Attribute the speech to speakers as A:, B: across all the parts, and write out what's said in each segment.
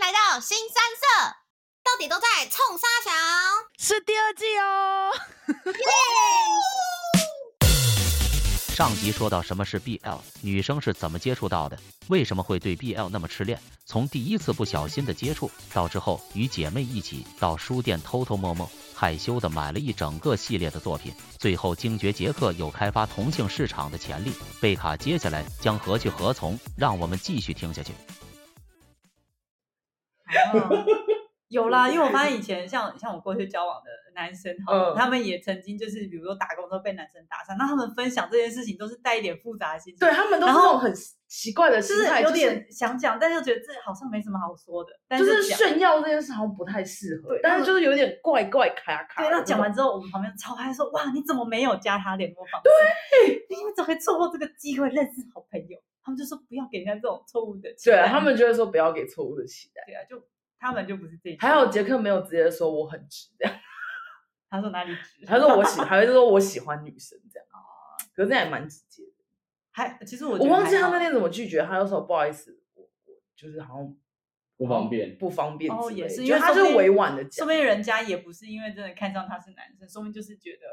A: 来到新三社，到底都在冲沙小。
B: 是第二季哦。
C: 上集说到什么是 BL，女生是怎么接触到的，为什么会对 BL 那么痴恋？从第一次不小心的接触，到之后与姐妹一起到书店偷偷摸摸、害羞的买了一整个系列的作品，最后惊觉杰克有开发同性市场的潜力。贝卡接下来将何去何从？让我们继续听下去。
D: 哦有啦，因为我发现以前像像我过去交往的男生，
E: 嗯
D: 他们也曾经就是比如说打工都被男生搭讪，那他们分享这件事情都是带一点复杂的心情，
E: 对，他们都
D: 然
E: 是那
D: 后
E: 种很奇怪的
D: 就
E: 心态，
D: 是
E: 就
D: 有
E: 是
D: 点想讲，但又觉得这好像没什么好说的，但
E: 就是
D: 讲
E: 炫耀这件事好像不太适合
D: 对，
E: 但
D: 他
E: 是
D: 们
E: 就是有点怪怪卡卡的
D: 对，
E: 那种。
D: 那讲完之后，我们旁边超嗨说：“哇，你怎么没有加他联络方式？对， 你们怎么会错过这个机会认识好朋友？”他们就说：“不要给人家这种错误的期
E: 对
D: 待。”
E: 啊，他们就会说不要给错误的期待。
D: 对啊，就他们就不是这一群。
E: 还有杰克没有直接说我很直这样，
D: 他说哪里直？
E: 他说我 喜，还会说我喜欢女生这样。可是这样也蛮直接的。
D: 还其实我
E: 我忘记他那
D: 那
E: 天怎么拒绝，他就说不好意思，我我就是好像
F: 不方便。
E: 不方便之类的。
D: 哦也是，因
E: 就
D: 为
E: 是他
D: 说
E: 是
D: 不定
E: 委婉的
D: 说
E: 讲
D: 不。定人家也不是因为真的看上他是男生，说明就是觉得，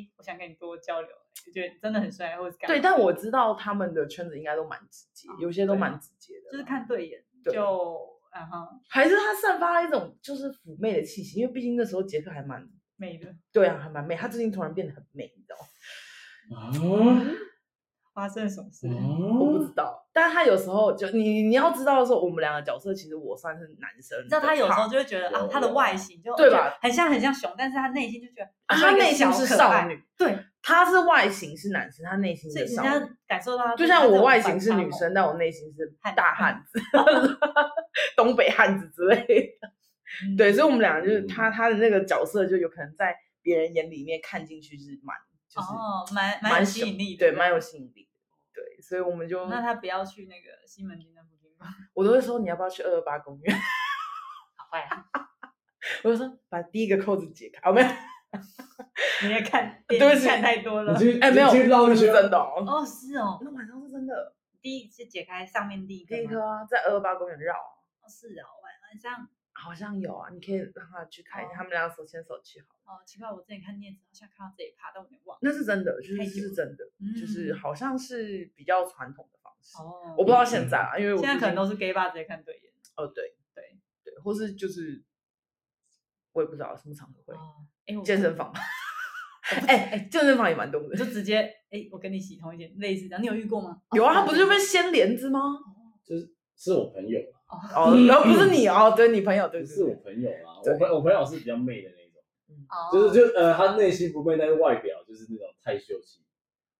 D: 诶，我想跟你多交流，我觉得你真的很帅，或者是干嘛
E: 对，但我知道他们的圈子应该都蛮直接，有些都
D: 对啊
E: 蛮直接的啦，
D: 就是看对眼
E: 对
D: 就啊然后
E: 还是他散发了一种就是妩媚的气息，因为毕竟那时候杰克还蛮
D: 美的
E: 对啊，还蛮媚，他最近突然变得很媚，你知道吗？
F: 啊
D: 发生了什么事？
E: 我不
D: 哦
F: 啊！
E: 知道，但他有时候就你你要知道说，我们两个角色其实我算是男生的
D: 你
E: 差，
D: 知道他有时候就会觉得
F: 有
D: 啊，他的
F: 有
D: 外形就
E: 对吧，
D: 很像很像熊，但是他内心就觉得
E: 啊
D: 像
E: 他
D: 一个
E: 内心
D: 小
E: 是
D: 可
E: 少
D: 爱，
E: 女，
D: 对，
E: 他是外形是男生，他内心
D: 所以
E: 是
D: 人
E: 少
D: 家
E: 女。
D: 感受到他
E: 就
D: 对
E: 像
D: 他这
E: 我
D: 种
E: 外
D: 反
E: 形是
D: 差
E: 女
D: 萌
E: 生，但我内心是
D: 汉子
E: 大汉子， 东北汉子之类的。
D: 嗯
E: 对，所以我们俩就是他他的那个角色，就有可能在别人眼里面看进去是蛮就是
D: 哦，蛮
E: 蛮
D: 有吸
E: 小
D: 引力的，
E: 对，蛮有吸引力的。对，所以我们就
D: 那他不要去那个西门町那附近吗？
E: 我都会说你要不要去二二八公园？
D: 好坏啊！
E: 我就说把第一个扣子解开，哦没有，
D: 你也看
E: 对
D: 电
E: 不
D: 视
E: 起
D: 看太多了
F: 我。今
E: 哎没有，
F: 今天绕一
E: 是
F: 圈，
E: 真的哦。
D: 哦，是哦，
E: 那晚上是真的，
D: 第一是解开上面第一个
E: 第一
D: 吗
E: 个啊，在二二八公园绕啊，
D: 哦是哦，晚晚上
E: 好像有啊，你可以让他去看一下，
D: 哦
E: 他们俩手牵手去好了。
D: 哦，奇怪，我之前看镊子好像看到这一趴，但我有点忘了。
E: 那是真的，就是
D: 太久
E: 是
D: 了
E: 真的，就是
D: 嗯
E: 好像是比较传统的方式。
D: 哦，
E: 我不知道现在啊，因为我
D: 现在
E: 最
D: 可能
E: 近
D: 都是 gay 吧，直接看对眼。
E: 哦对
D: 对
E: 对，或是就是我也不知道什么场合会
D: 哦，哎，我
E: 健身房吧。哎 哎，健身房也蛮多
D: 我
E: 的
D: 就。直接哎，我跟你洗同一件类似这样，你有遇过吗？
E: 有啊，他
D: 哦
E: 不是就被掀帘子吗？
F: 是我朋友，
E: 哦，然后不是你 哦，对你朋友，对
F: 不
E: 对
F: 是我
E: 对，
F: 朋友啊。
E: 对
F: 我朋我朋友是比较媚的那种，
D: 哦，
F: 就是就呃，他内心不媚，但是外表就是那种太秀气、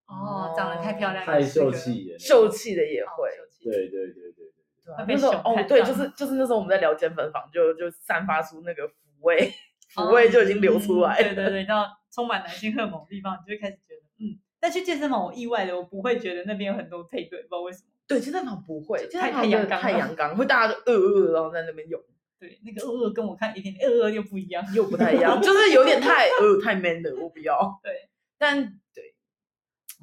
D: 哦，长得太漂亮，
F: 太
D: 也是
F: 秀
D: 个
F: 气的那种
E: 秀。气的也
D: 哦
E: 会。
D: 秀气
F: 对对对对对，
E: 对啊
D: 会被
E: 那时候
D: 熊
E: 哦
D: 看，
E: 对，
D: 上
E: 就是就是那时候我们在聊健身房，就就散发出那个抚慰，抚慰就已经流出来
D: 哦嗯对对
E: 了。
D: 对，到充满男性荷尔蒙的地方，你就会开始觉得，嗯。但去健身房，我意外的，我不会觉得那边有很多配对，不知道为什么。
E: 对，健身房不会，健身
D: 太
E: 房
D: 太阳
E: 真的
D: 刚
E: 太
D: 了
E: 阳刚，会大家就呃呃，然后在那边用，
D: 对，那个二二跟我看一点点二二又不一样。
E: 又不太一 样，就是有点太呃太 man 了，我不要。
D: 对，
E: 但对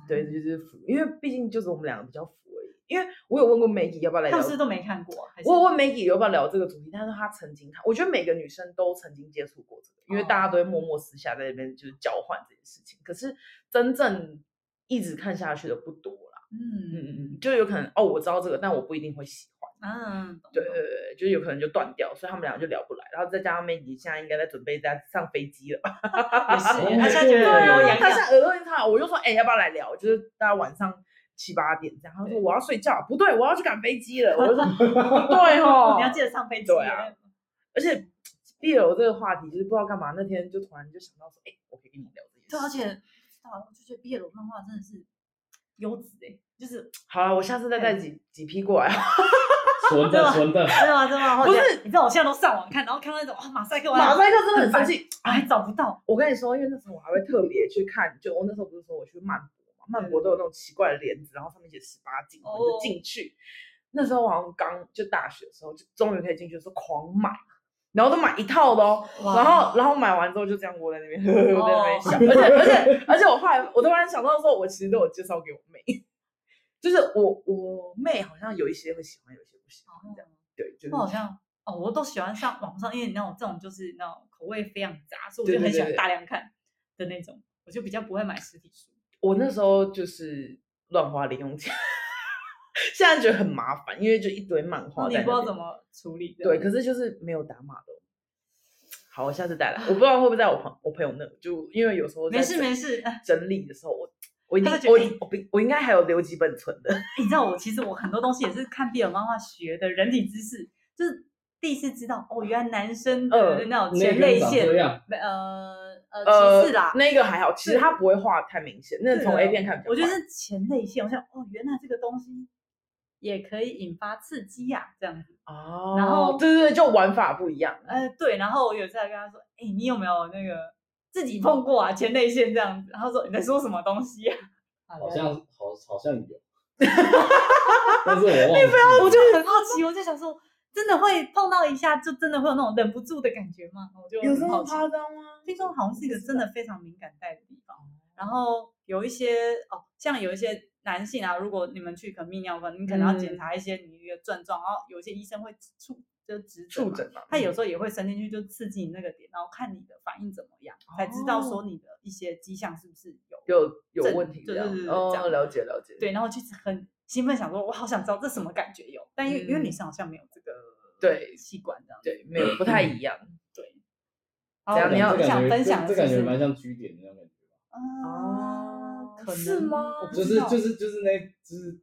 E: 对，这就是抚，因为毕竟就是我们两个比较抚慰。因为我有问过 Maggie 要不要来
D: 他
E: 聊
D: 们是不是都没看过啊，还是
E: 我有问 Maggie 要不要聊这个主题，但是她曾经看，我觉得每个女生都曾经接触过这个，因为大家都会默
F: 哦
E: 默私下在那边就是交换这件事情。可是真正一直看下去的不多啦，嗯
D: 嗯
E: 嗯嗯，就有可能哦，我知道这个，但我不一定会喜欢。
D: 嗯，懂
E: 对对对，对就有可能就断掉，所以他们俩就聊不来。然后再加上 Maggie 现在应该在准备在上飞机了吧？
D: 也是，
F: 哦
D: 他现在觉得
F: 对
D: 耳
F: 啊
D: 朵痒
E: 她
D: 痒，
E: 现在耳朵已经超好，我就说哎、要不要来聊？就是大家晚上七八点这样，她说
D: 对
E: 我要睡觉，不对，我要去赶飞机了。我就 说不对 哦，
D: 你要记得上飞机。
E: 对啊，而且 BL 这个话题就是不知道干嘛，那天就突然就想到说，哎、我可以跟你聊这
D: 对，啊
E: 件
D: 而且
E: 事。
D: 不知道，我就觉得毕业楼漫画真的是优质哎，就是
E: 好啊了，我下次再带几几批过来。
F: 纯的纯的。
D: 真的吗？真的吗？
E: 不是
D: 我觉得，你知道我现在都上网看，然后看到那种啊，马赛克完了，
E: 马赛克真的很
D: 很
E: 生
D: 烦
E: 气，哎
D: 我还找不到，
E: 我跟你说，因为那时候我还会特别去看，就我那时候不是说我去曼博嘛，曼博都有那种奇怪的帘子，然后上面写十八禁，我就
D: 哦
E: 进去。那时候我好像刚就大学的时候，就终于可以进去的时候狂买，然后都买一套的哦，然后然后买完之后就这样窝在那边，呵 呵呵在那边
D: 哦
E: 想，而且而且而且我后来我突然想到说，我其实都有介绍给我妹， 就是我我妹好像有一些会喜欢，有一些不喜欢，这样对，就是
D: 我好像哦，我都喜欢上网上，因为你那种这种就是那种口味非常杂，所以我
E: 对
D: 就
E: 对
D: 很喜
E: 对
D: 欢
E: 对
D: 大量看的那种，我就比较不会买实体书。
E: 我那时候就是乱花零用钱， 现在觉得很麻烦，因为就一堆漫
D: 那
E: 画
D: 哦你
E: 在
D: 不
E: 那
D: 知道怎
E: 边
D: 么处理？
E: 对，可是就是没有打码的哦。好，我下次带来，我不知道会不会在我 朋我朋友那，就因为有时候
D: 没
E: 在
D: 事
E: 整
D: 没事。哎
E: 整理的时候， 我我一定
D: 他
E: 我
D: 会觉得哎
E: 我不我应该还有留几本存的。
D: 你知道我其实我很多东西也是看比尔漫画学的人体知识，就是第一次知道哦，原来男生的
E: 呃
D: 那种
F: 那
D: 前
F: 个
D: 列
F: 长
D: 腺
F: 这样，
D: 没呃呃
E: 呃
D: 歧视啦，，
E: 那个还好，其实
D: 对
E: 他不会画得太明显，那
D: 对
E: 从
D: 的
E: A 片看比较
D: 我觉得
E: 快
D: 是前列腺，我想哦，原来这个东西也可以引发刺激呀、这样子。
E: 哦，
D: 然后
E: 对对对，就玩法不一样。
D: 呃，对，然后我有一次还跟他说，哎、你有没有那个自己碰过啊前列腺这样子？然后他说你在说什么东西呀、啊？
F: 好像好好像有， 但是我忘了。
D: 我就很好奇，我就想说，真的会碰到一下，就真的会有那种忍不住的感觉吗？我就
E: 有
D: 很
E: 这么
D: 好奇。
E: 夸张吗？
D: 听说好像是一个真的非常敏感带的地方。然后有一些哦，像有一些男性啊，如果你们去可能泌尿科，你可能要检
E: 嗯
D: 查一些你的症状，然后有些医生会触就指
E: 触
D: 诊嘛，
E: 诊嘛，
D: 他
E: 嗯
D: 有时候也会伸进去就刺激你那个点，然后看你的反应怎么样，才知道说你的一些迹象是不是有
E: 有有
D: 症
E: 问题
D: 对
E: 这
D: 对
E: 样
D: 对，对这
E: 哦，
D: 样
E: 了解了解，
D: 对，然后就是很兴奋，想说我好想知道这什么感觉有，但因为、因为女生好像没有这个
E: 对
D: 器官这样子，
E: 对，没有不太一样。
D: 然
E: 怎
D: 后
E: 样你
D: 我
E: 要
D: 很
F: 这感
D: 想
F: 觉
D: 分享
F: 这
D: 的
F: 这感
D: 是
F: 觉
D: 不
F: 蛮
D: 是
F: 像据点的那种感觉，
D: 啊，可
E: 是
D: 能
E: 吗
D: 我不
F: 就
D: 知
F: 是
D: 道
F: 就是就是那就是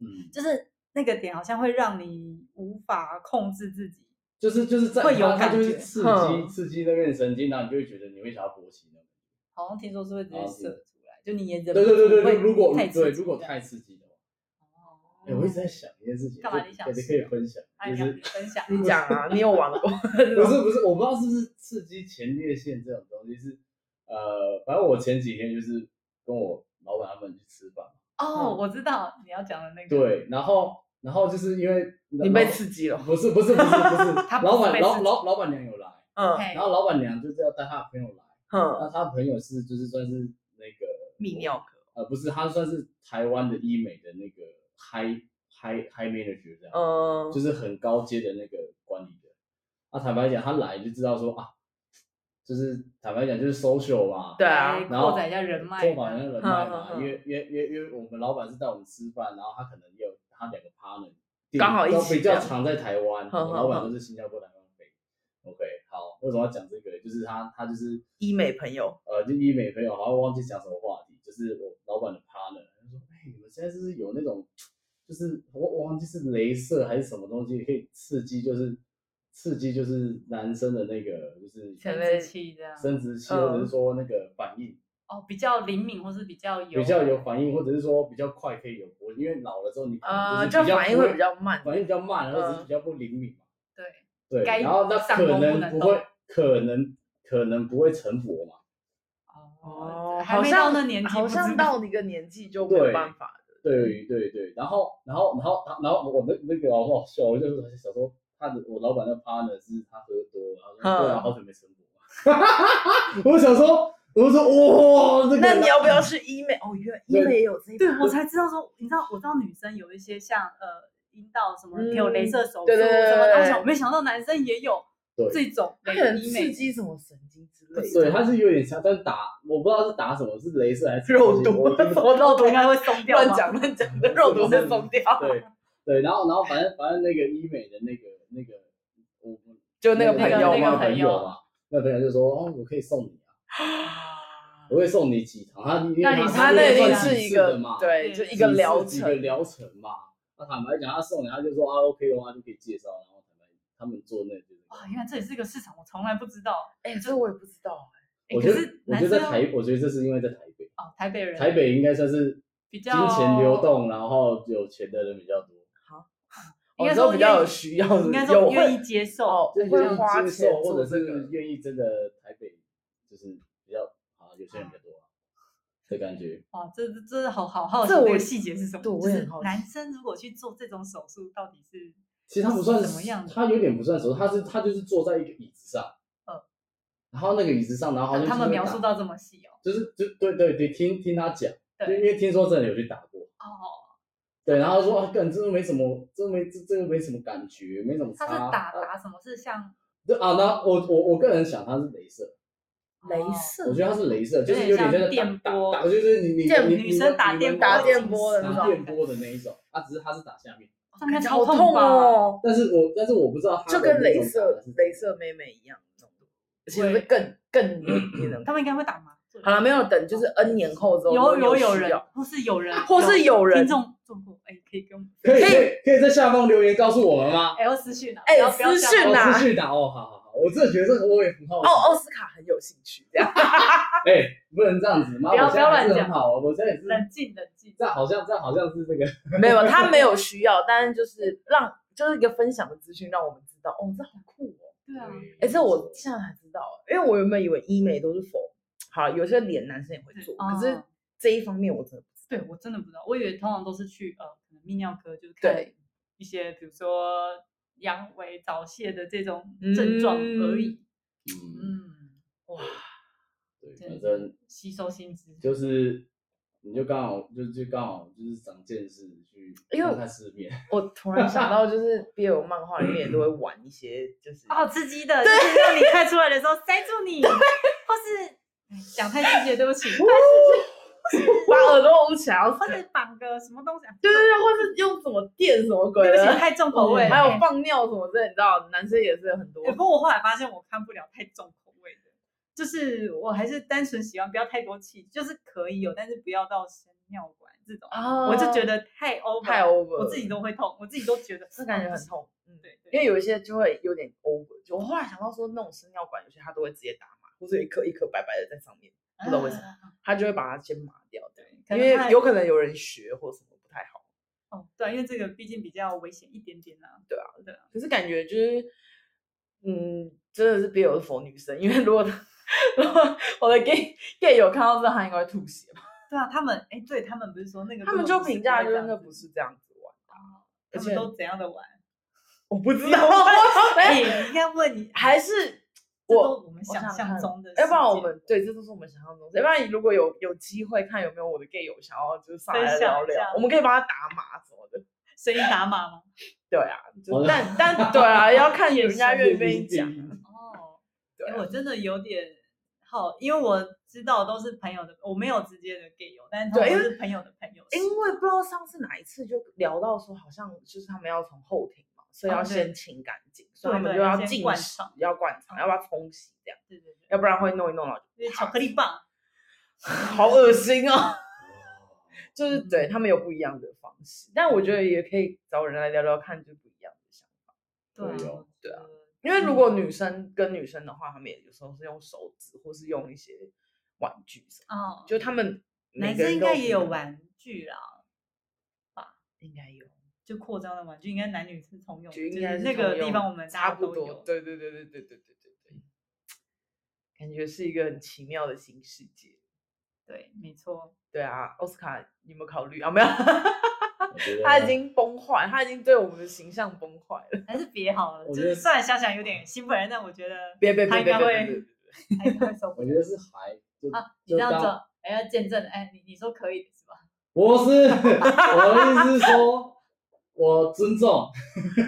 F: 嗯，
D: 就是那个点好像会让你无法控制自己。
F: 就是就是在
D: 会有
F: 它它
D: 感
F: 就
D: 觉嗯
F: 是刺
E: 哼
F: 激刺激那边的神经，然后你就会觉得你会想要勃起那种。
D: 好像听说是会直接
F: 啊
D: 射出来，就你也忍
F: 对
D: 不
F: 对对
D: 住
F: 对对，
D: 会
F: 如果
D: 太
F: 对
D: 刺激
F: 如果
D: 这样
F: 太刺激的话，
D: 哦
F: 哎，我一直在想一件事情，
D: 干嘛
F: 就
D: 你想
F: 感觉可
D: 吃
F: 以
D: 啊
F: 分享，
D: 哎
F: 就
D: 呀哦
F: 是嗯
D: 你分享
E: 你讲啊，你有玩 过？
F: 不是不是，我不知道是不是刺激前列腺这种东西是，呃，反正我前几天就是跟我老板他们去吃饭，
D: 哦，我知道你要讲的那个，，
F: 嗯对，然后然后就是因为
E: 你被刺 激了，
F: 不是不是不是不是
D: 他，不是
F: 老板
D: 被刺
F: 老
D: 激
F: 老老板娘有来，
E: 嗯
D: 嘿
F: 然后老板娘就是要带她的朋友来，
E: 哼，
F: 那她的朋友是就是算是那个
E: 泌尿科，
F: 呃不是，她算是台湾的医美的那个 high high high manager 这样，
D: 哦
E: 嗯，
F: 就是很高阶的那个管理的。那、坦白讲，他来就知道说啊，就是坦白讲就是 social 嘛，
E: 对啊
D: 哎，
F: 然后
D: 拓展一下人脉
F: 拓展一下人脉嘛，
E: 嗯嗯嗯
F: 因为因为因为因为我们老板是带我们吃饭，然后他可能也有他两个 partner，
E: 刚好一起
F: 都比
E: 这
F: 较
E: 样
F: 常在台湾，
E: 嗯嗯
F: 我老板都是新加坡、台湾飞。OK，好，为什么要讲这个？就是他他就是
E: 医美朋友，
F: 呃，就医美朋友，好像忘记讲什么话题，就是我老板的 partner，他说，哎、你们现在是不是有那种，就是我我忘记是镭射还是什么东西，可以刺激，就是刺激就是男生的那个就是
E: 前列
D: 生殖器这样，
F: 生殖器，
E: 嗯
F: 或者是说那个反应、
D: 哦，比较灵敏或是比较有
F: 比较有反应，或者是说比较快可以有勃起，因为老了之后你可
E: 啊，
D: 呃
F: 能
E: 就是
F: 比较
E: 反应
F: 不
E: 会比较慢，
F: 反应比较慢，或者
E: 嗯
F: 是比较不灵敏嘛，
D: 对，
F: 对，
D: 该
F: 然后那
D: 上
F: 可
D: 攻不
F: 能
D: 能
F: 不
D: 动
F: 会，可能可能不会成佛嘛。
E: 哦，
D: 还
E: 好
D: 没到
E: 像
D: 那年纪，
E: 好
D: 不知
E: 像
D: 道
E: 到那个年纪就没有
F: 对
E: 办法了，
F: 对对对，然后然后然后然后我们那个好不好笑？我就是想说，他的我老板的 partner 是他喝多，然后说对啊，
E: 嗯
F: 好久没成果。 我想说，我就说哇，这个
E: 那你要不要去医美？哦，原来医
F: 对
E: 美也有这一
D: 对
E: 趴
D: 我才知道说，你知道我知道女生有一些像呃阴道什么
E: 嗯
D: 有镭射手术
E: 对对对
D: 什么
E: 对
D: 的，我
E: 对
D: 想我没想到男生也有
F: 对
D: 这种
E: 它可能
D: 医美
E: 刺激什么神经之类的，
F: 对， 他是有点像，但是打我不知道是打什么，是镭射还是
E: 肉毒，
F: 我
E: 什么
D: 肉
E: 肉
D: 毒
E: 毒
D: 应该会松掉
E: 乱
D: 吧？
E: 讲乱讲的肉毒会松掉，
F: 对对，然后然后反正反正那个医美的那个那个我我
E: 就那个朋友
F: 那
E: 嘛
F: 个朋友嘛，那个朋友就说哦，我可以送你啊。我会送你几堂，他
D: 那你
F: 他
E: 他那
D: 也
E: 一定
F: 算
E: 是
F: 几
E: 一
F: 次
E: 个
F: 的嘛，
E: 对，
D: 嗯
E: 就一
F: 几
E: 个
F: 次
E: 疗
F: 几
E: 程
F: 个，疗程嘛。那坦白讲，他送你，他就说啊 OK 的话就可以介绍，然后坦白他们做那个就是。
D: 哇，原来这也是一个市场，我从来不知道。
E: 哎，这我也不知道，
D: 哎
F: 我
D: 可
F: 觉得
D: 是
F: 我
D: 男
F: 觉
D: 生
F: 得在
D: 要
F: 台，我觉得这是因为在台北，
D: 哦，台北人
F: 台北应该算是
D: 比较
F: 金钱流，动，然后有钱的人比较多，
D: 应
E: 哦
D: 该
E: 你说
D: 说
E: 比较
D: 愿
E: 有
D: 意
E: 需要的，
D: 应该
E: 有
D: 说愿
E: 会
D: 意接 受。
E: 哦
F: 就是
E: 会
F: 愿意
E: 花
F: 接
E: 钱
F: 受或
E: 做
F: 者
E: 这
F: 是
E: 个，
F: 愿意真的台北就是比较啊，有些人比较多啊的感觉。
D: 哇，哦这这这好好好奇
E: 这，
D: 这
E: 我
D: 个细节是什么？
E: 对
D: 就
E: 我也
D: 是
E: 很好奇
D: 男生如果去做这种手术，到底是
F: 其实他不算
D: 怎么样的
F: 他有点不算手术，他是他就是坐在一个椅子上，
D: 嗯，
F: 然后那个椅子上，然后好像
D: 他们
F: 哦就是
D: 描述
F: 打
D: 到这么细哦？
F: 就是就对对对，听听他讲，就因
D: 对
F: 为听说真的有去打过，
D: 哦，
F: 对，然后他说啊，干这个没什么，这个没这这个没什么感觉，没什么
D: 他
F: 差。
D: 是打
F: 啊
D: 打什么？是像
F: 对啊，那我我我个人想他是镭射，
E: 镭
D: 哦
E: 射，
F: 我觉得他是镭射，就是
D: 有
F: 有
D: 点像
F: 点像
D: 电
F: 打
D: 波
F: 打，打就是你你
E: 电
F: 你
D: 女
F: 你
D: 生
F: 们
D: 打
F: 你们
D: 电
E: 打
D: 波
E: 电波的那
F: 打
E: 种
F: 电波的那一种，啊，只是他是打下面，
D: 上面
E: 好
D: 超
E: 痛
D: 吧？
E: 哦，
F: 但是我但是我不知道他
E: 就跟
F: 镭
E: 镭射镭射妹妹一样那种，其实会更更黏人。
D: 他们应该会打麻醉。
E: 好了，没有等，就是 N 年后之后
D: 有
E: 如
D: 有
E: 果有
D: 有
E: 需
D: 人
E: 要，
D: 或是有人，
E: 或是有人
D: 听众做过，哎，可以跟我们
F: 可以可以可以在下方留言告诉我们吗？
D: L 私讯啊，
E: 哎
D: 不要不要
E: 私
D: 吓
E: 讯
D: 我
E: 啊
F: 哦，是去打哦，好好好，我真的觉得这个我也很好
E: 哦，
F: 奇。
E: 奥斯卡很有兴趣这样。
F: 哎、不能这样子，妈，
D: 不要
F: 我现在还是
D: 不要乱
F: 很好哦，我现在也是，
D: 冷静冷静。
F: 这样好像这样好像是这个，
E: 没有，他没有需要，但是就是让就是一个分享的资讯，让我们知道哦，这好酷哦。
D: 对啊，
F: 嗯
E: 哎，这我现在才知道，因为我原本以为医美都是否好，有些脸男生也会做，可是
D: 哦
E: 这一方面我真的不
D: 对我真的不知道，我以为通常都是去呃，可能泌尿科就是看
E: 对
D: 一些，比如说阳痿、早泄的这种
E: 嗯
D: 症状而已。
F: 嗯，
D: 嗯，
E: 哇，
F: 对，
D: 真
F: 反
D: 的
F: 正
D: 吸收新知，
F: 就是，你就刚好就就刚好就是长见识去
E: 因为
F: 看看世面，
E: 我突然想到，就是 BL 漫画里面也都会玩一些，就是
D: 哦，好刺激的，就是让你看出来的时候塞住 你，或是哎讲太细节，对不起，
E: 把耳朵捂起来，然后
D: 或是绑个什么东西啊，
E: 对对对，或是用什么电什么鬼
D: 对
E: 的，
D: 不起，太重口味了。
E: 还有
D: 哎
E: 放尿什么之类，你知道，男生也是有很多
D: 欸。不过我后来发现我看不了太重口味的，就是我还是单纯喜欢，不要太多气，就是可以有，但是不要到神尿管这种，
E: 啊
D: 我就觉得太 over，
E: 太 over
D: 我自己都会痛，我自己都觉得
E: 这感觉很。痛，嗯，
D: 对对
E: 因为有一些就会有点 over。就我后来想到说，那种生尿管有些它都会直接打麻，或者一颗一颗白白的在上面，不知道为什么，
D: 啊
E: 它就会把它先麻掉，
D: 对，可
E: 因
D: 能
E: 为
D: 怕
E: 有可能有人学或什么不太好。
D: 哦，对，因为这个毕竟比较危险一点点啊。
E: 对
D: 啊，对啊，
E: 可是感觉就是，嗯，真的是 BL 否女生，因为如果如果我的 gay gay 有看到这，他应该会吐血吧？
D: 对啊，他们哎，对他们不是说那个
E: 他
D: 根
E: 们
D: 本
E: 就
D: 不
E: 评价
D: 不
E: 就
D: 会这
E: 是
D: 样
E: 那
D: 子哦
E: 不是这样子玩，啊而
D: 他
E: 且
D: 们都怎样的玩？
E: 我不知道，
D: 哎，
E: 哎，
D: 你应该问你，
E: 还是
D: 这
E: 我
D: 都我们想象中的世界，
E: 要不然我们对，这都是我们想象中的。要不然如果有有机会看有没有我的 gay 友想要就是上
D: 分
E: 来
D: 享
E: 聊
D: 一
E: 聊
D: 下，
E: 我们可以帮他打码什么的。
D: 声音打码 吗？
E: 对啊，就
F: 好的
E: 但但对啊，要 看人家愿
F: 愿
E: 不愿意讲。
D: 哦，
E: 对
D: 哎、
E: 啊
D: 我真的有点好，因为我知道都是朋友的，我没有直接的 gay 友，但是他
E: 对
D: 们
E: 因
D: 都
E: 为
D: 是朋友的朋友。
E: 因为不知道上次哪一次就聊到说，好像就是他们要从后庭嘛，所以
D: 哦
E: 要
D: 对
E: 先清干净，所以
D: 对
E: 他们
D: 对
E: 就
D: 要
E: 要
D: 先
E: 进
D: 灌
E: 食
D: 肠，嗯
E: 要灌肠，要不要冲洗这样，
D: 对对对，
E: 要不然会弄一弄了，
D: 就是巧克力棒，
E: 好恶心 哦。
F: 哦
E: 就是
D: 嗯
E: 对他们有不一样的方式，但我觉得也可以找人来聊聊看，就不一样的想法。
F: 对
D: 啊
F: 哦，
E: 对啊
D: 我觉得，
E: 因为如果女生跟女生的话，她们也有时候是用手指，或是用一些玩具什么，
D: 哦，
E: 就她们每
D: 男
E: 个
D: 生
E: 人
D: 应
E: 都
D: 该也有
E: 不一样，
D: 玩具啦，
E: 应该有，
D: 就扩张的玩具，应该男女是通用的，
E: 就
D: 就
E: 应该是
D: 那
E: 通
D: 个地
E: 用
D: 方我们大
E: 差
D: 家
E: 不
D: 都
E: 多。
D: 有。
E: 对对对对对对对对对，感觉是一个很奇妙的新世界。
D: 对，没错，
E: 对啊，奥斯卡，你有没有考虑啊？没有，
F: 我觉得
E: 他已经崩坏，他已经对我们的形象崩坏了。
D: 还是别好了。
F: 我
D: 就
F: 觉得
D: 是虽然想想有点心不忍，但我 觉得
E: 别别
D: 他
E: 别
D: 应
E: 别
D: 该
E: 别别别
D: 会，
E: 别！
D: 他应该会受不
F: 我
D: 了
F: 觉得是还就
D: 啊。你
F: 就
D: 这样
F: 当
D: 做，哎，要见证，哎，你你说可以的是吧？
F: 不 是我的意思是说，我尊重，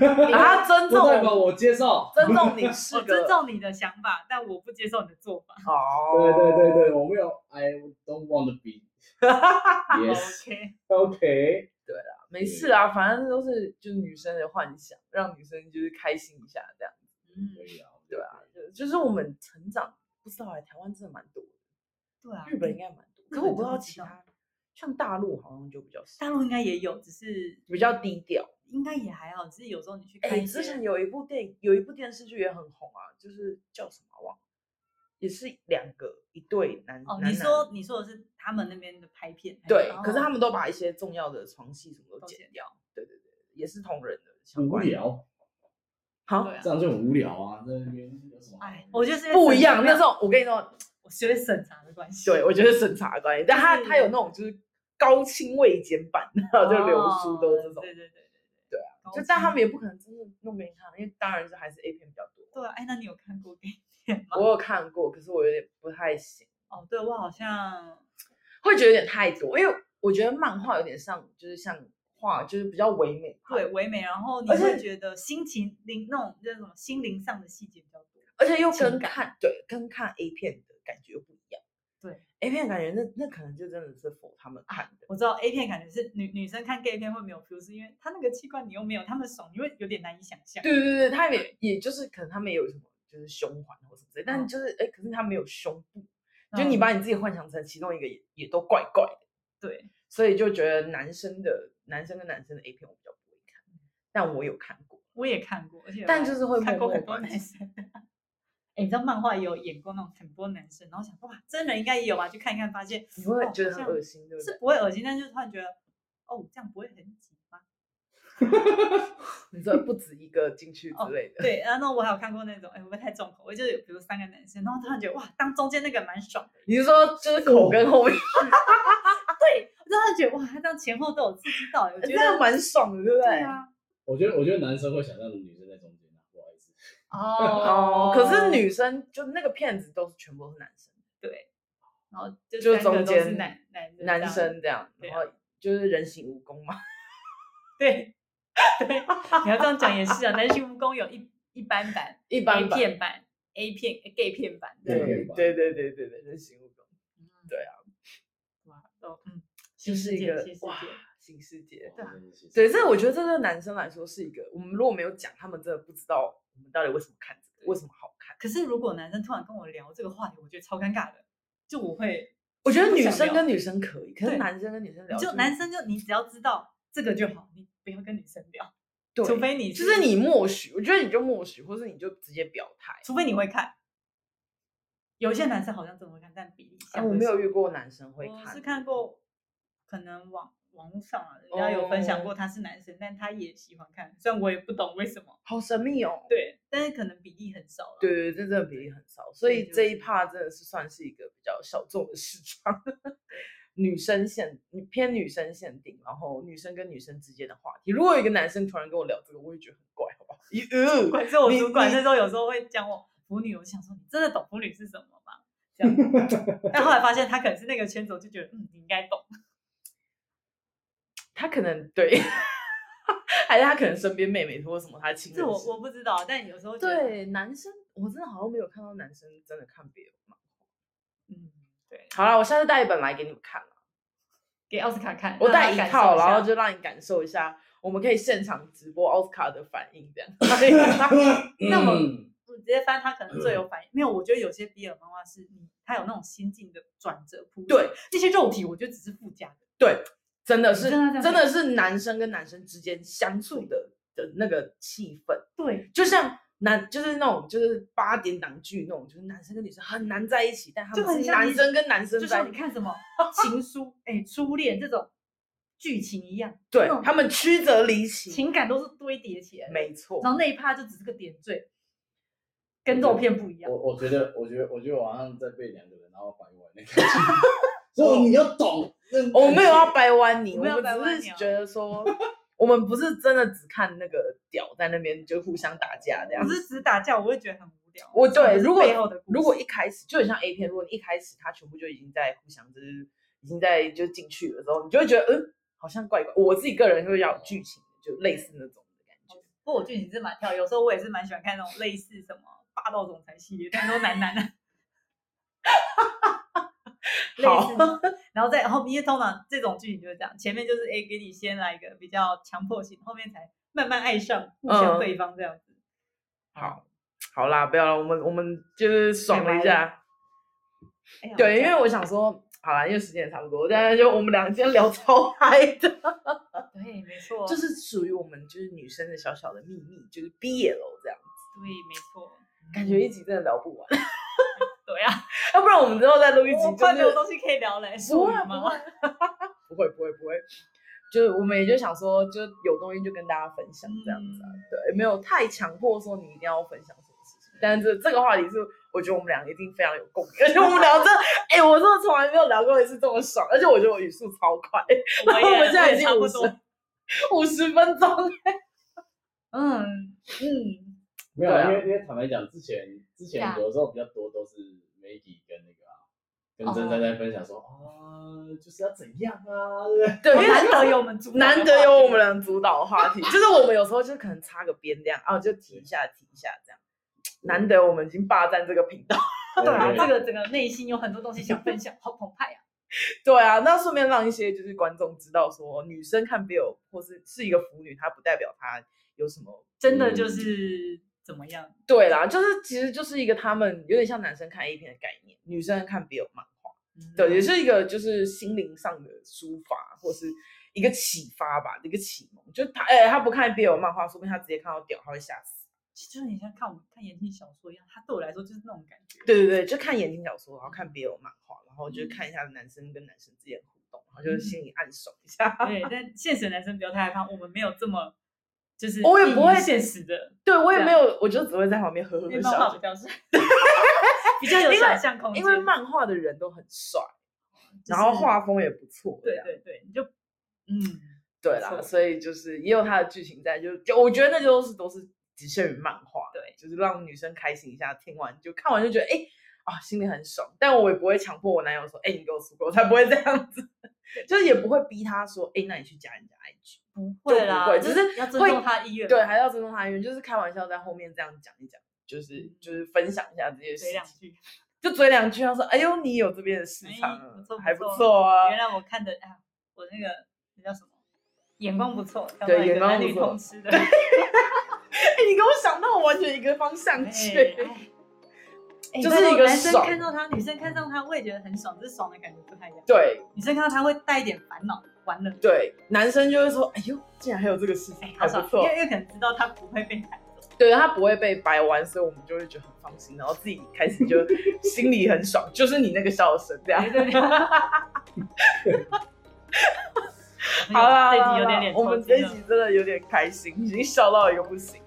E: 然后他尊
F: 不代表
E: 重
F: 我接受。
E: 尊重你 是
D: 我
E: 个
D: 尊重你的想法，但我不接受你的做法。
E: 哦，
F: 对对对对，我没有，I don't want to be。Yes,
D: OK，
F: OK。
E: 没事啊，反正都是就是女生的幻想，让女生就是开心一下这样。
D: 嗯
F: 可，以啊，我觉
E: 对
F: 得
E: 啊，就就是我们成长不知道哎、台湾真的蛮多的，
D: 对啊，
E: 日本应该蛮多，
D: 日
E: 可我
D: 本
E: 不知
D: 就
E: 道
D: 不知
E: 其
D: 道
E: 他，像大陆好像就比较少，
D: 大陆应该也有，只是
E: 比较低调。
D: 应该也还好，只是有时候你去
E: 哎、
D: 看一
E: 之前
D: 些，
E: 有一部电影，有一部电视剧也很红啊，就是叫什么啊忘了，也是两个一对男
D: 哦，
E: 男
D: 你
E: 男
D: 说你说的是他们那边的拍片，
E: 对，可是他
D: 们
E: 们都把一些重要的床戏什么都
D: 都
E: 剪
D: 剪
E: 掉，对对对，也是同人的相
F: 很无
E: 关的。
F: 聊，
E: 好，
D: 对啊
F: 这，样就很无聊啊，在那边有什么好
D: 哎
F: 聊，的？
D: 我就是
E: 不一样，那
D: 时候
E: 种我跟你说，
D: 我学会审查的关系，
E: 对，我觉得是审查的关系，但他他有
D: 嗯
E: 那种就是高清未剪版，然后 就流出都这
D: 哦
E: 种，
D: 对对对对
E: 对
D: 啊
E: 就但他们也不可能真的弄给你看，因为当然是还是 A 片比较多。
D: 对啊，哎，那你有看过 gay 片吗？
E: 我有看过，可是我有点不太行，
D: 哦，对我好像
E: 会觉得有点太多，因为我觉得漫画有点像就是像化，就是比较唯美派。
D: 对，唯美，然后你
E: 而
D: 会
E: 且
D: 觉得心情灵那种那种心灵上的细节比较多。
E: 而且又
D: 情
E: 跟
D: 感
E: 看对跟看 A 片的感觉又不一样。
D: 对
E: ，A 片感觉那那可能就真的是否他们看的。
D: 我知道 A 片感觉是女女生看 gay 片会没有 feel，是因为她那个器官你又没有，她们爽，你会有点难以想象。
E: 对对对，他也也就是可能他们也有什么就是胸环啊或什么之类，但
D: 嗯
E: 就是哎、可是他没有胸部，就你
D: 嗯
E: 把你自己幻想成其中一个也也都怪怪的，
D: 对，
E: 所以就觉得男生的男生跟男生的 A 片我比较不会看，
D: 嗯
E: 但我有看过。
D: 我也看过，而且
E: 但
D: 我
E: 就是会
D: 看过
E: 默默
D: 很多
E: 关
D: 男生。 哎、你知道漫画也有演过那种很多男生，然后想说哇，真人应该也有吧？去看一看，发现
E: 你会
D: 哦
E: 觉
D: 好
E: 得很
D: 像
E: 恶心，对不
D: 是
E: 对？
D: 不会恶心，但是突然觉得哦，这样不会很挤吗？
E: 你说不止一个进去
D: 哦
E: 之类的，
D: 对，然后我还有看过那种，哎，会不会太重口味？就是有比如三个男生，然后突然觉得哇，当中间那个蛮爽的，啊
E: 你是说就是口跟 后面，
D: 对，我突然觉得哇，他这样前后都有刺激到，我觉
E: 呃这样
D: 得
E: 蛮爽的，对不
D: 对啊，
F: 我觉得，我觉得男生会想让女生在中间啊，不好意思。
E: 哦，可是女生就那个片子都是全部都是男生，
D: 然后就
E: 就
D: 三个
E: 中
D: 都是
E: 间
D: 男男的这
E: 男
D: 样
E: 生这样，
D: 对啊
E: 然后就是人形蜈 蚣嘛。
D: 对 对，你要这样讲也是啊，男 性蜈蚣有一一般版、
E: 一般
D: A
E: 版
D: 片版、A 片、gay 片版这
E: 对
D: 样，
F: 对吧
E: 对对对对对，人形蜈蚣对
D: 啊，哇，都嗯，
E: 就
D: 新
E: 是
D: 世
E: 一
D: 界
E: 个
D: 新世
E: 哇
D: 界
E: 新世界。
D: 对啊
F: 哇，真的是
E: 对，这我觉得这对男生来说是一个，我们如果没有讲，他们真的不知道我们到底为什么看这个，为什么好看。
D: 可是如果男生突然跟我聊这个话题，我觉得超尴尬的，就我会，
E: 我觉得
D: 不
E: 女
D: 想
E: 生
D: 聊
E: 跟女生可以，可是
D: 对
E: 男生跟女生聊
D: 就男生就你只要知道这个就好，你不要跟女生聊，
E: 对，
D: 除非你
E: 就是你默许，我觉得你就默许，或是你就直接表态。
D: 除非你会看。有一些男生好像怎么会看，但比例
E: 哎，
D: 相
E: 我
D: 对
E: 没有
D: 少
E: 遇过男生会看，
D: 我哦是看过，可能网网络上啊，人家有分享过
E: 哦
D: 他是男生，但他也喜欢看，虽然我也不懂为什么，
E: 好神秘哦。
D: 对，但是可能比例很少了。
E: 对对，这真的比例很少，所
D: 对
E: 以
D: 就
E: 这一
D: 是
E: 趴真的是算是一个比较小众的市场， 女生限偏女生限定，然后女生跟女生之间的话题。如果有一个男生突然跟我聊这个，我会觉得很怪，好不 好？咦
D: 主
E: 呃
D: 管是我
E: 你
D: 主管
E: 你
D: 那时候有时候会讲我腐女，我想说你真的懂腐女是什么吗？这 样，但后来发现他可能是那个圈子，我就觉得嗯，你应该懂。
E: 他可能对， 还是他可能身边妹妹或什么他亲
D: 这
E: 人
D: 我
E: 是
D: 我不知道，但有时候觉得，
E: 对啊男生，我真的好像没有看到男生真的看别人嘛。
D: 嗯，对，
E: 好了，我下次带一本来给你们看啦
D: 给奥斯卡看，
E: 我
D: 让他
E: 带一
D: 感受
E: 套，然
D: 下
E: 后就让你感受一下，我们可以现场直播奥斯卡的反应，这样。
D: 那么
F: 嗯
D: 我直接翻他可能最
E: 嗯
D: 有反应。没有，我觉得有些比尔漫画是你，他有那种心境的转折铺。
E: 对，
D: 那些肉体我觉得只是附加的。
E: 对，真的是
D: 真的这样
E: 真的是男生跟男生之间相处的的那个气氛，
D: 对，
E: 就像男就是那种就是八点档剧那种，就是男生跟女生很难在一起，但他
D: 就
E: 们
D: 很
E: 是
D: 像
E: 男
D: 你
E: 生跟男生
D: 就
E: 在
D: 像
E: 一
D: 你
E: 起，
D: 看什么情书、 哎、初恋这种剧情一样，
E: 对
D: 那种
E: 他们曲折离奇，
D: 情感都是堆叠起来的。
E: 没错
D: 然，后那一趴就只是个点缀，跟肉片不一样
F: 我。我觉得，我觉得，我觉得我好像在被两个人然后反过来那个感觉。所以你要懂，那
E: 我们没有要掰弯你，
D: 我
E: 我
D: 没有
E: 们
D: 掰弯
E: 只
D: 你
E: 是
D: 哦
E: 觉得说。 我们不是真的只看那个屌在那边就互相打架这样
D: 可
E: 子，
D: 是只打架，我会觉得很无聊。
E: 我
D: 这种
E: 对
D: 就是
E: 如果
D: 背后的故
E: 如果
D: 事
E: 一开始就很像 A 片，如果一开始他全部就已经在互相就是已经在就进去了之后，你就会觉得嗯好像怪怪。我自己个人会要有剧情，就类似那种的感觉。
D: 不过我剧情是蛮跳，有时候我也是蛮喜欢看那种类似什么霸道总裁系列，但都男 男的。类似
E: 好
D: 的，然后再后面，因为通常这种剧情就是这样，前面就是哎给你先来一个比较强迫性，后面才慢慢爱上互相
E: 嗯
D: 对方这样子。
E: 好，好啦，不要了，我们我们哦就是爽了一下。
D: 哎呀
E: 对，因为
D: 我
E: 我想说，好啦，因为时间也差不多，但是就我们俩今天聊超嗨的，
D: 讲对，没错，
E: 就是属于我们就是女生的小小的秘密，就是 BL 这样，
D: 对，没错，
E: 感觉一集真的聊不完，
D: 对啊，
E: 要不然我们之后再录一集，
D: 我
E: 就
D: 快没有
E: 是
D: 东西可以聊了，是
E: 不会
D: 吗？
E: 不会 不会不会不会，就是我们也就想说，就有东西就跟大家分享这样
D: 嗯
E: 子啊，对，没有太强迫说你一定要分享什么事情，但是这个话题是我觉得我们两个一定非常有共鸣，而且我们聊 这，哎、我真的从来没有聊过一次这么爽，而且我觉得我语速超快，
D: 我
E: 然后 我
D: 也
E: 们现在
D: 我也
E: 已经
D: 差
E: 五
D: 不
E: 十
D: 多，
E: 五十分钟，
D: 嗯嗯，
F: 没有
E: 对
F: 啊，
E: 啊
F: 因为因为坦白讲，之前之前
A: 对啊
F: 有时候比较多都是 Maggie 跟那个啊跟珍珍在分享说啊，就是要怎样啊，对不对？
E: 对，因为
D: 难得有我们主导的话题
E: 难得有我们俩主导的话题， 就是我们有时候就可能擦个边这样，啊，就提一下提一下这样。
D: 嗯
E: 难得我们已经霸占这个频道，
D: 对啊，
F: 对
D: 这个整个内心有很多东西想分享，好澎湃啊！
E: 对啊，那顺便让一些就是观众知道说，女生看 Bill 或是是一个腐女，她不代表她有什么。
D: 真的就是怎么样？
E: 对啦，就是其实就是一个他们有点像男生看 A 片的概念，女生看 Bill 漫画，
D: 嗯
E: 对，也是一个就是心灵上的抒发或是一个启发吧，一个启蒙。就他哎、他不看 Bill 漫画，说不定他直接看到屌，他会吓死。
D: 就是你像看我们看言情小说一样，它对我来说就是那种感觉。
E: 对对对，就看言情小说，然后看 BL 漫画，然后就看一下男生跟男生之间的互动，然后就心里暗爽一下。
D: 对，但现实的男生不要太害怕，我们没有这么就是
E: 我也
D: 低
E: 不
D: 于
E: 会
D: 现实的，
E: 对我也
D: 对
E: 没有，我就只会在旁边呵呵
D: 因为
E: 呵
D: 漫画比
E: 笑。
D: 较 帅，比较有
E: 因为
D: 想象空间，
E: 因为漫画的人都很帅，
D: 就是
E: 然后画风也不错，
D: 对
E: 这样
D: 对对，你就嗯，
E: 对
D: 没
E: 啦，
D: 错
E: 所以就是也有他的剧情在，就就我觉得那就是都是只限于漫画，
D: 对，
E: 就是让女生开心一下，听完就看完就觉得哎。啊，心里很爽，但我也不会强迫我男友说，哎、你给我出轨，我才不会这样 子，就是也不会逼他说，哎、那你去加人家 IG，
D: 不
E: 就
D: 会
E: 不
D: 啦，
E: 会只是
D: 要尊
E: 会
D: 重他的意愿嘛，
E: 对，还要尊重他的意愿，就是开玩笑在后面这样讲一讲，就是就是分享一下这些事
D: 嘴嗯两
E: 情，
D: 句。
E: 就嘴两句，他说：“哎呦，你有这边的市
D: 哎
E: 场
D: 不
E: 啊
D: 错，不
E: 还不
D: 错
E: 错啊。
D: 原来我看的啊，我那个那叫什么？眼光不错，挑
E: 对
D: 到一
E: 眼
D: 个
E: 光
D: 男
E: 不
D: 女
E: 错
D: 通 吃的。
E: 哎，你跟我想到完全一个方向去，
D: 哎
E: 就是
D: 拜托
E: 一个
D: 男生
E: 爽
D: 看到他，女生看上他，我也觉得很爽，这爽的感觉不太一样。
E: 对
D: 女生看到他会带一点烦恼，完了，
E: 对，男生就会说：“哎呦，竟然还有这个市场
D: 哎，，
E: 还
D: 好
E: 不
D: 爽，
E: 错
D: 因。为因为可能知道他不会被抬走。”
E: 对，他不会被掰弯，所以我们就会觉得很放心，然后自己开 始就心里很爽，就是你那个笑声这样。
D: 对对对。
E: 好啦，
D: 这
E: 好啦
D: 集有点
E: 好啦
D: 脸抽筋了，
E: 我们这一集真的有点开心，已经笑到一个不行。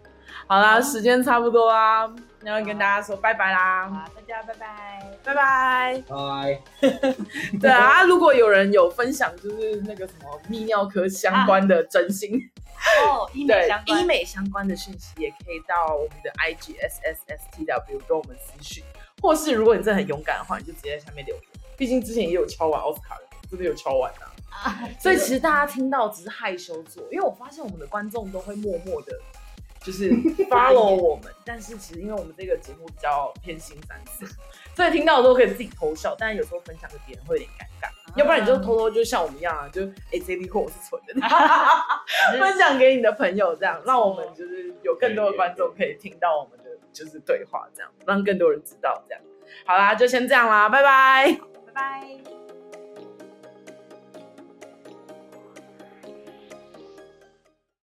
E: 好啦，时间差不多啦，然后跟大家说拜拜啦，
D: 好，大家拜拜。
E: 拜拜。
F: 嗨，
E: 对啊，如果有人有分享就是那个什么泌尿科相关的真心，
D: 哦，医美
E: 对
D: 相关
E: 医，美相关的讯息，也可以到我们的 I G S S S T W 跟我们私讯，或是如果你真的很勇敢的话，你就直接在下面留言。毕竟之前也有敲完奥斯卡的，真的有敲完的、啊
D: 啊
E: 所以其实大家听到只是害羞做，因为我发现我们的观众都会默默的，就是 follow 我们，但是其实因为我们这个节目比较偏心三色，所以听到的时候可以自己偷笑，但是有时候分享给别人会有点尴尬，
D: 啊
E: 要不然你就偷偷就像我们一样啊，就哎这批货我是存的， 分享给你的朋友，这样让我们就是有更多的观众可以听到我们的就是对话，这样让更多人知道这样。好啦，就先这样啦，拜拜。
D: 拜拜。